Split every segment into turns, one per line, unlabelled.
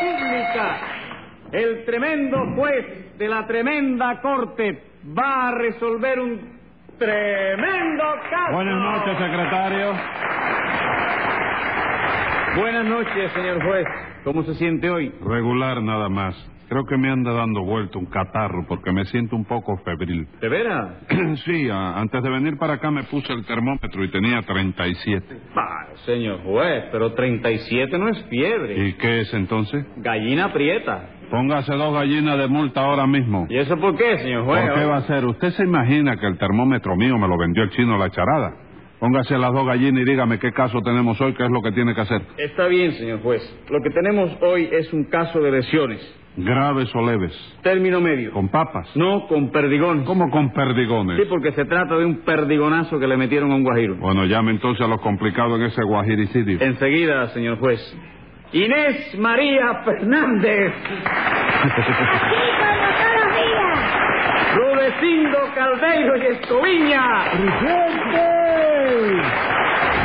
Plata, el tremendo juez de la tremenda corte va a resolver un tremendo caso.
Buenas noches, secretario.
Buenas noches, señor juez. ¿Cómo se siente hoy?
Regular nada más. Creo que me anda dando vuelta un catarro porque me siento un poco febril.
¿De veras?
sí, a- antes de venir para acá me puse el termómetro y tenía 37.
Ah, señor juez, pero 37 no es fiebre.
¿Y qué es entonces?
Gallina aprieta.
Póngase dos gallinas de multa ahora mismo.
¿Y eso por qué, señor juez?
¿Por qué va a ser? ¿Usted se imagina que el termómetro mío me lo vendió el chino la charada? Póngase las dos gallinas y dígame qué caso tenemos hoy, qué es lo que tiene que hacer.
Está bien, señor juez. Lo que tenemos hoy es un caso de lesiones.
¿Graves o leves?
Término medio.
¿Con papas?
No con perdigón.
¿Cómo con
Sí,
perdigones?
porque se trata de un perdigonazo que le metieron a un guajiro.
Bueno, llame entonces a los complicados en ese guajiricidio.
Enseguida, señor juez. Inés María Fernández,
Aquí como todos los días.
Rudecindo Caldeiro y Escoviña.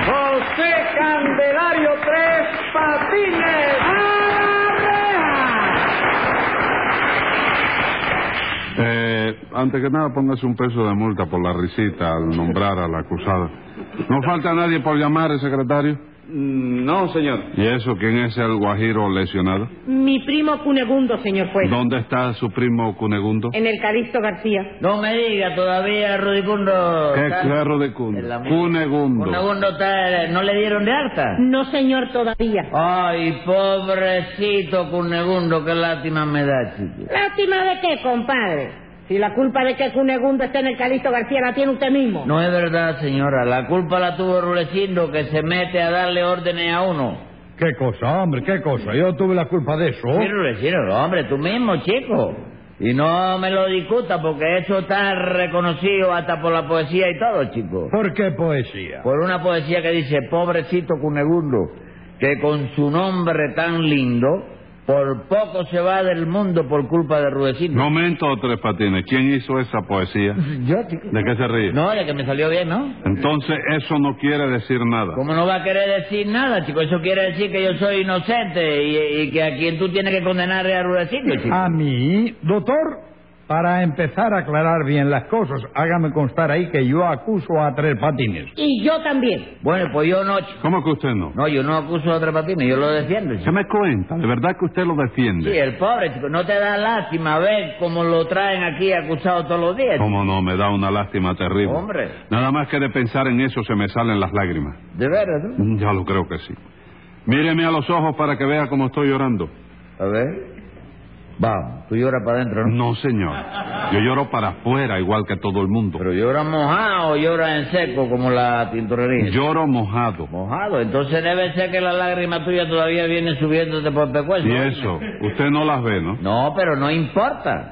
José Candelario Tres Patines. ¡Arrea!
Eh, antes que nada, póngase un peso de multa por la risita al nombrar a la acusada. ¿No falta nadie por llamar, eh, secretario?
Mm, No, señor.
¿Y eso quién es el guajiro lesionado?
Mi primo Cunegundo, señor
Pues-
juez.
¿Dónde está su primo Cunegundo?
Eh,
En el Calixto García.
No me diga todavía, Rudicundo.
¿Qué
¿Está-
claro de
El
Cunegundo?
amor.
Cunegundo.
Cunegundo está- eh, ¿No le dieron de alta?
No, señor, todavía.
Ah.
Ay, pobrecito Cunegundo, qué lástima me da, chico.
Lástima de qué, compadre. Si la culpa de que Cunegundo esté en el Calixto García la tiene usted mismo.
No es verdad, señora. La culpa la tuvo Rulecindo, que se mete a darle órdenes a uno.
¿Qué cosa, hombre? ¿Qué cosa? Yo tuve la culpa de eso.
Sí, Rulecindo, hombre, tú mismo, chico. Y no me lo discuta, porque eso está reconocido hasta por la poesía y todo, chico.
¿Por qué poesía?
Por una poesía que dice, pobrecito Cunegundo, que con su nombre tan lindo, por poco se va del mundo por culpa de Rudecindo.
Momento, Tres Patines. ¿Quién hizo esa poesía?
Yo, chico.
¿De qué se ríe?
No, de que me salió bien, ¿no?
Entonces, eso no quiere decir nada.
¿Cómo no va a querer decir nada, chico? Eso quiere decir que yo soy inocente y, y que a quien tú tienes que condenar es a Rudecindo, chico.
A mí, doctor, para empezar a aclarar bien las cosas, hágame constar ahí que yo acuso a Tres Patines.
Y yo también.
Bueno, pues yo no, chico.
¿Cómo que usted no?
No, yo no acuso a Trepatino, yo lo defiendo,
Se
chico.
me cuenta, de verdad que usted lo
Sí,
defiende.
el pobre, chico. ¿No te da lástima ver cómo lo traen aquí acusado todos los días? chico?
¿Cómo no? Me da una lástima terrible.
Hombre.
Nada más que de pensar en eso se me salen las lágrimas.
De veras, ¿no?
Ya lo creo que sí. Míreme a los ojos para que vea cómo estoy llorando.
A ver. Vamos, tú lloras para adentro, ¿no?
No, señor. Yo lloro para afuera, igual que todo el mundo.
Pero llora mojado o llora en seco como la tintorería.
Lloro mojado.
Mojado, entonces debe ser que la lágrima tuya todavía viene subiéndote por el pecueso.
Y eso, usted no las ve, ¿no?
No, pero no importa.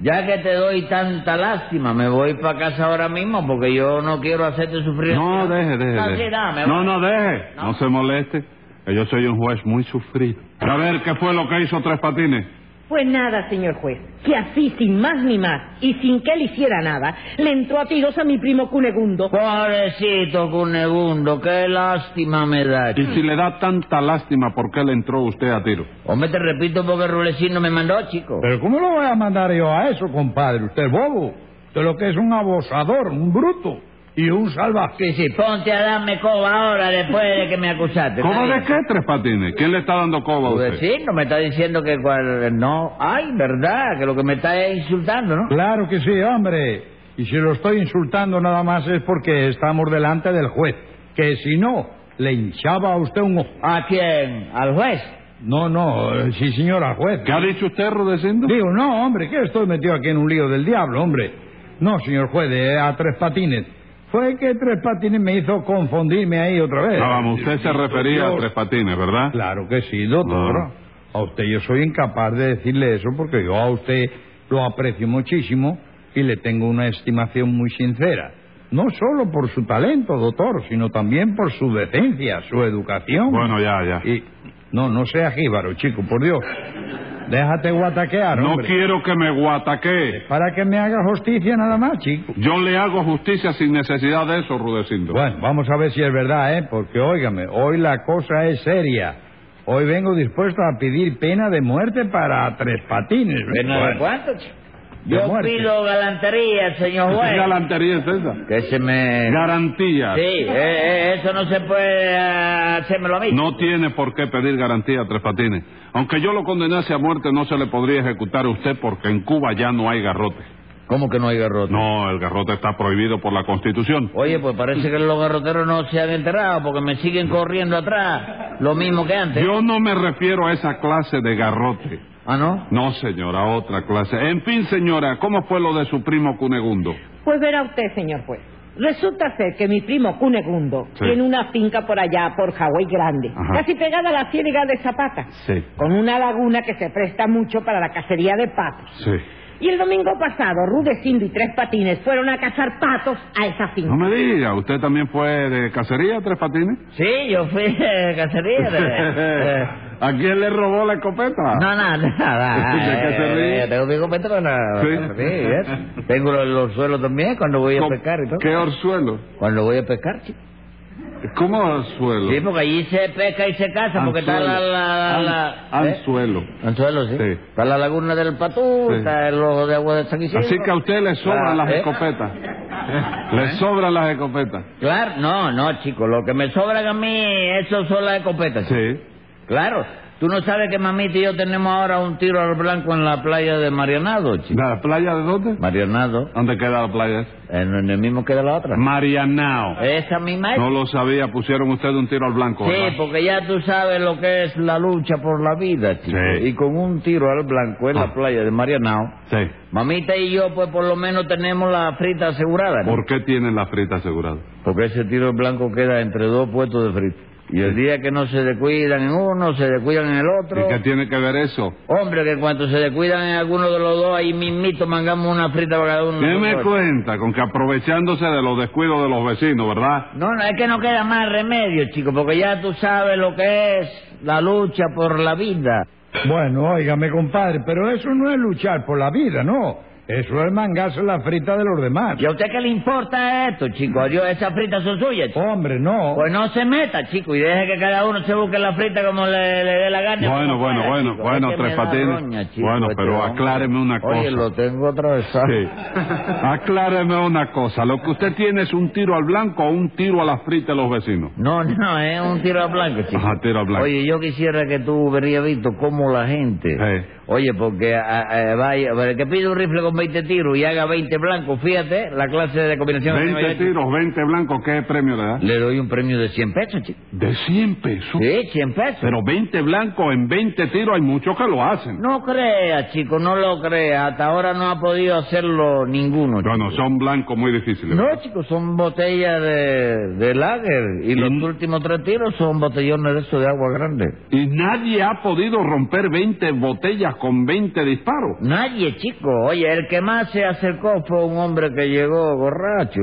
Ya que te doy tanta lástima, me voy para casa ahora mismo porque yo no quiero hacerte sufrir.
No, deje,
No,
deje,
sí,
deje.
dame,
No,
va.
no, deje. No se moleste, que yo soy un juez muy sufrido. A ver, ¿qué fue lo que hizo Tres Patines?
Pues nada, señor juez. Que así, sin más ni más, y sin que él hiciera nada, le entró a tiros a mi primo Cunegundo.
Pobrecito Cunegundo, qué lástima me da.
Y
chico.
si le da tanta lástima, ¿por qué le entró usted a tiro?
Hombre, te repito porque Rulecino me mandó, chico.
Pero ¿cómo lo voy a mandar yo a eso, compadre? Usted es bobo. Usted lo que es un abusador, un bruto y un salvaje.
Sí, sí, ponte a darme coba ahora después de que me acusaste.
¿Cómo
¿está
de
bien?
qué, Tres Patines? ¿Quién le está dando coba a
Tu
usted?
vecino me está diciendo que cual- no. Ay, verdad, que lo que me está es insultando, ¿no?
Claro que sí, hombre. Y si lo estoy insultando nada más es porque estamos delante del juez. Que si no, le hinchaba a usted un ojo.
¿A quién? ¿Al juez?
No, no, eh, sí, señora juez.
¿Qué ha dicho usted, Rudecindo?
Digo, no, hombre, que estoy metido aquí en un lío del diablo, hombre. No, señor juez, eh, a tres patines. Fue que tres patines me hizo confundirme ahí otra vez.
No, vamos, usted se refería a Tres Patines, ¿verdad?
Claro que sí, doctor.
Ah.
A usted yo soy incapaz de decirle eso porque yo a usted lo aprecio muchísimo y le tengo una estimación muy sincera. No solo por su talento, doctor, sino también por su decencia, su educación.
Bueno, ya, ya.
Y... No, no sea jíbaro, chico, por Dios. Déjate guataquear,
No
hombre.
quiero que me guataquee.
Para que me haga justicia nada más, chico.
Yo le hago justicia sin necesidad de eso, Rudecindo.
Bueno, vamos a ver si es verdad, ¿eh? Porque, óigame, hoy la cosa es seria. Hoy vengo dispuesto a pedir pena de muerte para tres patines.
¿Pena de
Bueno,
cuánto? chico?
De
Yo
muerte.
pido galantería, señor
¿Qué
juez.
galantería es esa?
Que se me...
Garantía.
Sí, eh, eh, eso no se puede ah, hacérmelo a mí.
No tiene por qué pedir garantía a Tres Patines. Aunque yo lo condenase a muerte, no se le podría ejecutar a usted porque en Cuba ya no hay garrote.
¿Cómo que no hay garrote?
No, el garrote está prohibido por la Constitución.
Oye, pues parece que los garroteros no se han enterado porque me siguen corriendo atrás, lo mismo que antes.
Yo no me refiero a esa clase de garrote.
¿Ah, no?
No, señora, a otra clase. En fin, señora, ¿cómo fue lo de su primo Cunegundo?
Pues verá usted, señor juez. Resulta ser que mi primo Cunegundo
Sí.
tiene una finca por allá, por Hawái Grande,
Ajá.
casi pegada a la ciénaga de Zapata,
Sí.
con una laguna que se presta mucho para la cacería de patos.
Sí.
Y el domingo pasado, Rudecindo y Tres Patines fueron a cazar patos a esa
No
finca.
me diga, ¿usted también fue de cacería, Tres Patines?
Sí, yo fui eh, cacería. de- eh,
¿A quién le robó la escopeta?
No, no, nada. Eh,
¿De qué se ríe?
tengo mi copeta con la...
Sí.
sí, yes. Tengo los, los suelos también cuando voy a
¿Cómo-
pescar y todo.
¿Qué orzuelo?
Cuando voy a pescar, chico.
¿Cómo orzuelo?
Sí, porque allí se pesca y se caza, porque está la... la, la, la-
An-
¿eh?
anzuelo.
Anzuelo, sí.
Sí.
Está la laguna del Patú,
Sí.
está el ojo de agua de San Isidro.
Así que a usted le sobran
La-
las
¿eh?
escopetas. Le sobran las escopetas.
Claro, no, no, chico, lo que me sobran a mí, eso son las escopetas.
Sí.
Claro, tú no sabes que mamita y yo tenemos ahora un tiro al blanco en la playa de Marianado, chico.
¿La playa de dónde?
Marianado,
¿Dónde queda la playa? esa?
en, en el mismo queda la otra.
Marianao.
Esa misma es.
No lo sabía, pusieron ustedes un tiro al blanco.
Sí,
¿verdad?
porque ya tú sabes lo que es la lucha por la vida, chico.
Sí.
Y con un tiro al blanco en
Ah.
la playa de Marianao,
Sí.
mamita y yo, pues por lo menos tenemos la frita asegurada. ¿no?
¿Por qué tienen la frita asegurada?
Porque ese tiro al blanco queda entre dos puestos de frito. Y el día que no se descuidan en uno, se descuidan en el otro.
¿Y qué tiene que ver eso?
Hombre, que cuando se descuidan en alguno de los dos, ahí mismito mangamos una frita para cada uno. de
¿Qué me
nosotros.
cuenta? Con que aprovechándose de los descuidos de los vecinos, ¿verdad?
No, no, es que no queda más remedio, chico, porque ya tú sabes lo que es la lucha por la vida.
bueno, óigame, compadre, pero eso no es luchar por la vida, no. Eso es mangarse la frita de los demás.
¿Y a usted qué le importa esto, chico? Adiós, esas fritas son suyas. chico.
Hombre, no.
Pues no se meta, chico, y deje que cada uno se busque la frita como le, le dé la gana.
Bueno,
como
bueno,
pueda,
bueno,
chico.
bueno,
Es que
Tres
me da
Patines.
roña, chico,
Bueno,
este
pero
hombre.
acláreme una cosa.
Oye, lo tengo atravesado.
Sí. Acláreme una cosa. Lo que usted tiene es un tiro al blanco o un tiro a la frita de los vecinos.
No, no, es un tiro a blanco, chico.
Ajá, tiro a blanco.
Oye, yo quisiera que tú hubieras visto cómo la gente...
Sí.
Oye, porque a- a- vaya, el que pide un rifle con 20 tiros y haga 20 blancos, fíjate la clase de combinación... que tengo
20
yo, chico.
tiros, 20 blancos, ¿qué premio le da?
Le doy un premio de 100 pesos, chico.
De 100 pesos.
Sí, 100 pesos.
Pero 20 blancos en 20 tiros hay muchos que lo hacen.
No crea, chico, no lo crea. Hasta ahora no ha podido hacerlo ninguno. chico.
Bueno, son blancos muy difíciles.
No, chicos, son botellas de, de lager. Y los
Mm.
últimos tres tiros son botellones de esos de agua grande.
Y nadie ha podido romper 20 botellas con 20 disparos.
Nadie, chico. Oye, el que más se acercó fue un hombre que llegó borracho.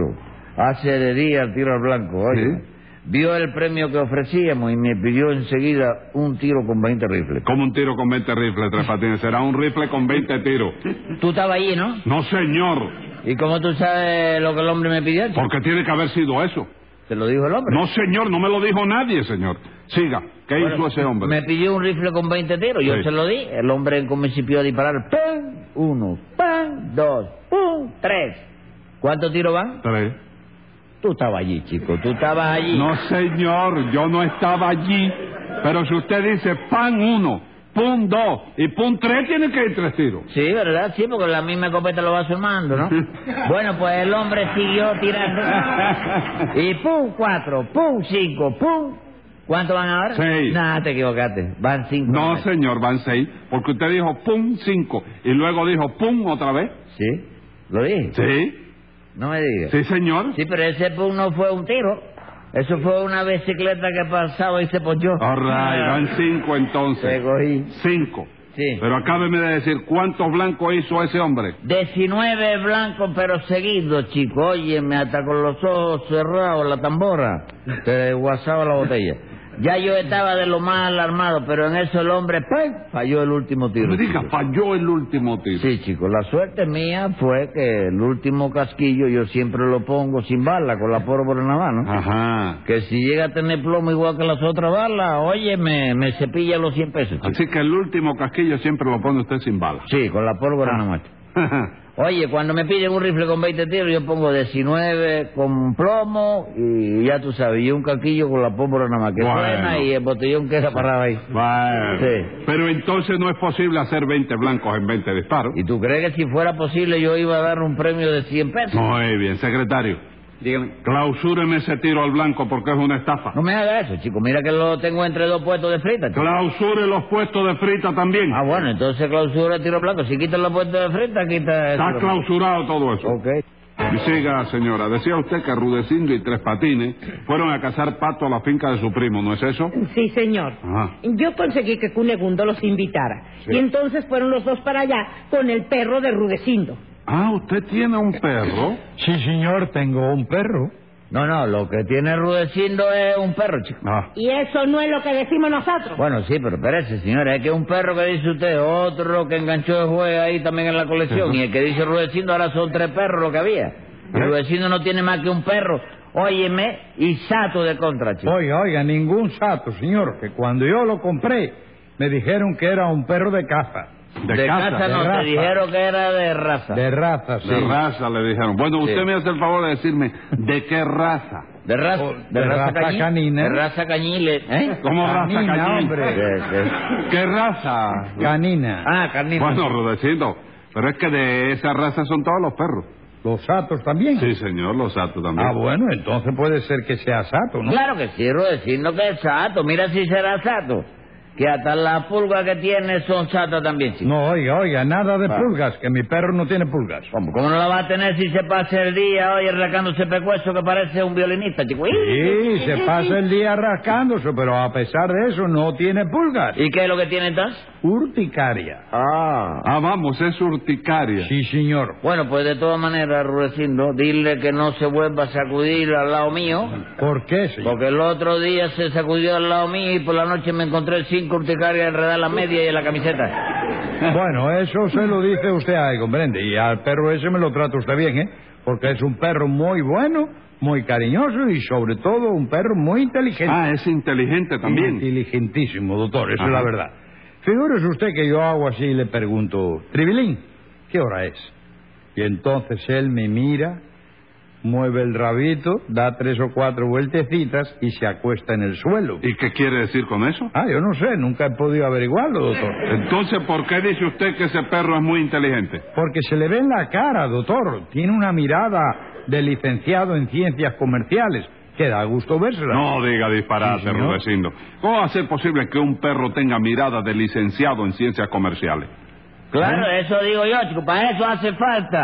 Hace de día al tiro al blanco, oye.
Sí.
Vio el premio que ofrecíamos y me pidió enseguida un tiro con 20 rifles.
Como un tiro con 20 rifles, Tres Patines. Será un rifle con 20 tiros.
Tú estabas allí, ¿no?
No, señor.
¿Y cómo tú sabes lo que el hombre me pidió? chico?
Porque tiene que haber sido eso.
¿Te lo dijo el hombre?
No, señor, no me lo dijo nadie, señor. Siga. ¿Qué
Bueno,
hizo ese hombre?
Me pidió un rifle con 20 tiros, yo
Sí.
se lo di. El hombre comenzó a disparar. ¡Pam! Uno, ¡pam! Dos, ¡pum! Tres. ¿Cuántos tiros van?
Tres.
Tú estabas allí, chico, tú estabas allí.
No, señor, yo no estaba allí. Pero si usted dice pan uno, pum dos y pum tres, tiene que ir tres tiros.
Sí, ¿verdad? Sí, porque la misma escopeta lo va sumando, ¿no? bueno, pues el hombre siguió tirando. Y pum, cuatro, pum, cinco, pum. ¿Cuántos van ahora?
Seis.
Nada, te equivocaste. Van cinco.
No,
nomás.
señor, van seis. Porque usted dijo pum cinco y luego dijo pum otra vez.
¿Sí? ¿Lo dije?
Sí,
No me digas.
sí, señor.
Sí, pero ese pum no fue un tiro. Eso fue una bicicleta que pasaba y se ponchó. Ah.
All right, van cinco
Se
entonces.
cogí.
Cinco.
Sí.
Pero acábeme de decir cuántos blancos hizo ese hombre.
19 blancos, pero seguidos, chico. Óyeme, hasta con los ojos cerrados, la tambora. Te guasaba la botella. Ya yo estaba de lo más alarmado, pero en eso el hombre ¡pum!, falló el último tiro.
Me diga,
chico.
falló el último tiro.
Sí, chicos, la suerte mía fue que el último casquillo yo siempre lo pongo sin bala, con la pólvora en la mano.
Ajá.
Que si llega a tener plomo igual que las otras balas, oye, me, me cepilla los 100 pesos. chico.
Así que el último casquillo siempre lo pone usted sin balas.
Sí, con la
Ah.
pólvora en la mano. Oye, cuando me piden un rifle con 20 tiros, yo pongo 19 con plomo y ya tú sabes, y un casquillo con la pólvora nada más que
Bueno.
suena y el botellón queda parado ahí.
Bueno.
Sí.
Pero entonces no es posible hacer 20 blancos en 20 disparos.
¿Y tú crees que si fuera posible yo iba a dar un premio de 100 pesos?
Muy bien, secretario.
Dígame.
Clausúreme ese tiro al blanco porque es una estafa.
No me hagas eso, chico. Mira que lo tengo entre dos puestos de frita. chico.
Clausure los puestos de frita también.
Ah, bueno, entonces clausura el tiro blanco. Si quitas los puestos de frita, quita... el
Está
tiro blanco.
clausurado todo eso.
Ok.
Y siga, señora. Decía usted que Rudecindo y Tres Patines fueron a cazar pato a la finca de su primo, ¿no es eso?
Sí, señor.
Ajá.
Yo conseguí que Cunegundo los invitara.
Sí.
Y entonces fueron los dos para allá con el perro de Rudecindo.
Ah, usted tiene un perro.
Sí, señor, tengo un perro.
No, no, lo que tiene Rudecindo es un perro, chico.
Ah.
Y eso no es lo que decimos nosotros.
Bueno, sí, pero espérese, señora, es que un perro que dice usted, otro que enganchó de juez ahí también en la colección,
Ajá.
y el que dice Rudecindo, ahora son tres perros lo que
¿Eh?
había. Rudecindo no tiene más que un perro, óyeme, y sato de contra, chico.
Oiga, oiga, ningún sato, señor, que cuando yo lo compré me dijeron que era un perro de caza.
De, casa.
casa
de
no,
raza.
te dijeron que era de raza.
De raza, sí.
De raza, le dijeron. Bueno, usted
Sí.
me hace el favor de decirme, ¿de qué raza?
De raza,
O-
de
de
raza,
raza
cañí-
canina.
De raza cañile, ¿eh?
¿Cómo raza
Canina,
cañín?
hombre.
Sí, sí.
¿Qué raza?
Canina.
Ah, canina.
Bueno, Rudecindo, pero es que de esa raza son todos los perros.
¿Los satos también?
Sí, señor, los atos también.
Ah, bueno, entonces puede ser que sea sato, ¿no?
Claro que sí, Rudecindo que es sato, mira si será sato. Que hasta las pulgas que tiene son satas también, chico.
No, oiga, oiga, nada de
Ah.
pulgas, que mi perro no tiene pulgas.
¿Cómo? ¿Cómo no la va a tener si se pasa el día hoy arrancándose pecueso que parece un violinista, chico?
Sí, se pasa el día rascándose, pero a pesar de eso no tiene pulgas.
¿Y qué es lo que tiene entonces?
Urticaria.
Ah.
Ah, vamos, es urticaria.
Sí, señor.
Bueno, pues de todas maneras, Rudecindo, dile que no se vuelva a sacudir al lado mío,
¿Por qué, señor?
porque el otro día se sacudió al lado mío y por la noche me encontré cinco urticarias enredadas en la media y en la camiseta.
Bueno, eso se lo dice usted a él, comprende. Y al perro ese me lo trata usted bien, ¿eh? Porque es un perro muy bueno, muy cariñoso y sobre todo un perro muy inteligente.
Ah, es inteligente también.
Inteligentísimo, doctor, eso
Ajá.
es la verdad. Figúrese usted que yo hago así y le pregunto, Tribilín, ¿qué hora es? Y entonces él me mira, mueve el rabito, da tres o cuatro vueltecitas y se acuesta en el suelo.
¿Y qué quiere decir con eso?
Ah, yo no sé, nunca he podido averiguarlo, doctor.
Entonces, ¿por qué dice usted que ese perro es muy inteligente?
Porque se le ve en la cara, doctor. Tiene una mirada de licenciado en ciencias comerciales. Que da gusto vérsela.
No diga
Sí,
disparate,
señor.
Rudecindo. ¿Cómo va a ser posible que un perro tenga mirada de licenciado en ciencias comerciales?
Claro,
¿Eh?
eso digo yo, chico, para eso hace falta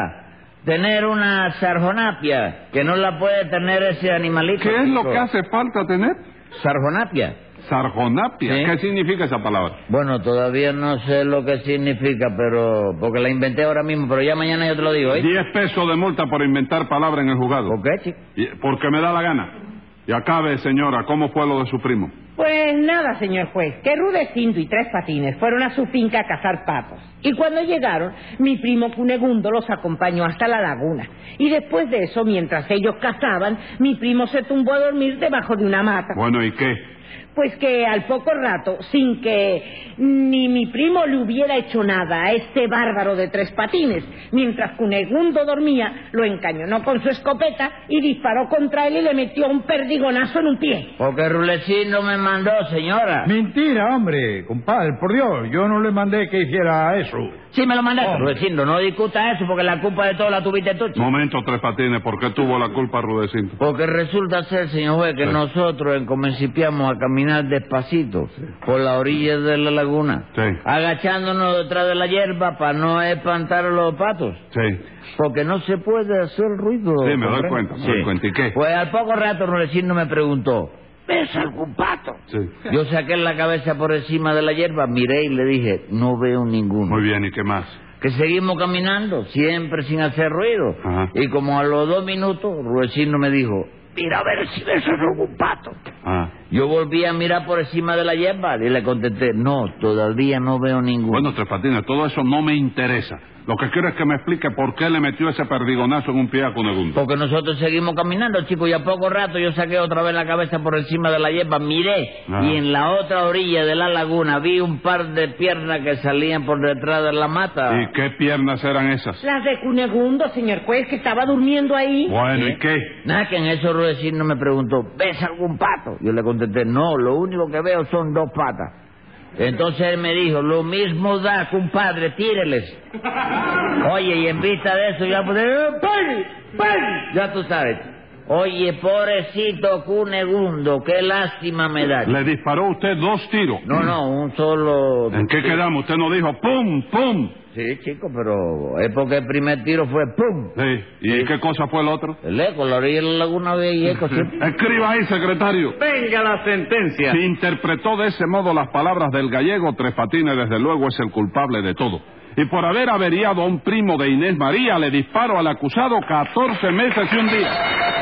tener una sarjonapia, que no la puede tener ese animalito.
¿Qué es lo
chico.
que hace falta tener?
Sarjonapia.
Sarjonapia.
Sí.
¿Qué significa esa palabra?
Bueno, todavía no sé lo que significa, pero porque la inventé ahora mismo, pero ya mañana yo te lo digo, ¿eh?
Diez pesos de multa por inventar palabra en el juzgado.
¿Ok, chico?
Y- Porque me da la gana. Y acabe, señora, ¿cómo fue lo de su primo?
Pues nada, señor juez, que Rudecindo y Tres Patines fueron a su finca a cazar patos. Y cuando llegaron, mi primo Cunegundo los acompañó hasta la laguna. Y después de eso, mientras ellos cazaban, mi primo se tumbó a dormir debajo de una mata.
Bueno, ¿y qué?
Pues que al poco rato, sin que ni mi primo le hubiera hecho nada a este bárbaro de tres patines, mientras Cunegundo dormía, lo encañonó con su escopeta y disparó contra él y le metió un perdigonazo en un pie.
Porque Rulecino me mandó, señora.
Mentira, hombre, compadre, por Dios, yo no le mandé que hiciera eso.
Sí, me lo mandaste.
Hombre.
Rulecindo, no discuta eso, porque la culpa de todo la tuviste tú, chico.
Momento, Tres Patines, ¿por qué tuvo la culpa Rudecindo?
Porque resulta ser, señor juez, que
Sí.
nosotros comencipiamos a caminar despacito por la orilla de la laguna,
Sí.
agachándonos detrás de la hierba para no espantar a los patos.
Sí.
Porque no se puede hacer ruido.
Sí, me doy
¿comprende?
cuenta, me doy cuenta. ¿Y qué?
Pues al poco rato Rulecino me preguntó, ¿ves algún pato?
Sí.
Yo saqué la cabeza por encima de la hierba, miré y le dije, no veo ninguno.
Muy bien, ¿y qué más?
Que seguimos caminando, siempre sin hacer ruido.
Ajá.
Y como a los dos minutos, Ruecino me dijo, mira a ver si ves algún pato.
Ah.
Yo volví a mirar por encima de la hierba y le contesté, no, todavía no veo ninguno.
Bueno, Tres Patines, todo eso no me interesa. Lo que quiero es que me explique por qué le metió ese perdigonazo en un pie a Cunegundo.
Porque nosotros seguimos caminando, chicos, y a poco rato yo saqué otra vez la cabeza por encima de la hierba, miré,
Ah.
y en la otra orilla de la laguna vi un par de piernas que salían por detrás de la mata.
¿Y qué piernas eran esas?
Las de Cunegundo, señor juez, que estaba durmiendo ahí.
Bueno, ¿y qué?
Nada, que en eso Rudecindo me preguntó, ¿ves algún pato? Yo le contesté, no, lo único que veo son dos patas. Entonces él me dijo, lo mismo da, compadre, tíreles. Oye, y en vista de eso yo puse, "Eh, ¡pari! pari". Ya tú sabes. Oye, pobrecito Cunegundo, qué lástima me da.
Le disparó usted dos tiros.
No, no, un solo...
¿En qué quedamos? Usted no dijo pum, pum.
Sí, chico, pero es porque el primer tiro fue ¡pum!
Sí. ¿Y qué cosa fue el otro?
El eco, la orilla de la laguna había eco siempre.
Escriba ahí, secretario.
Venga la sentencia.
Si interpretó de ese modo las palabras del gallego, Tres Patines desde luego es el culpable de todo. Y por haber averiado a un primo de Inés María, le disparo al acusado 14 meses y un día.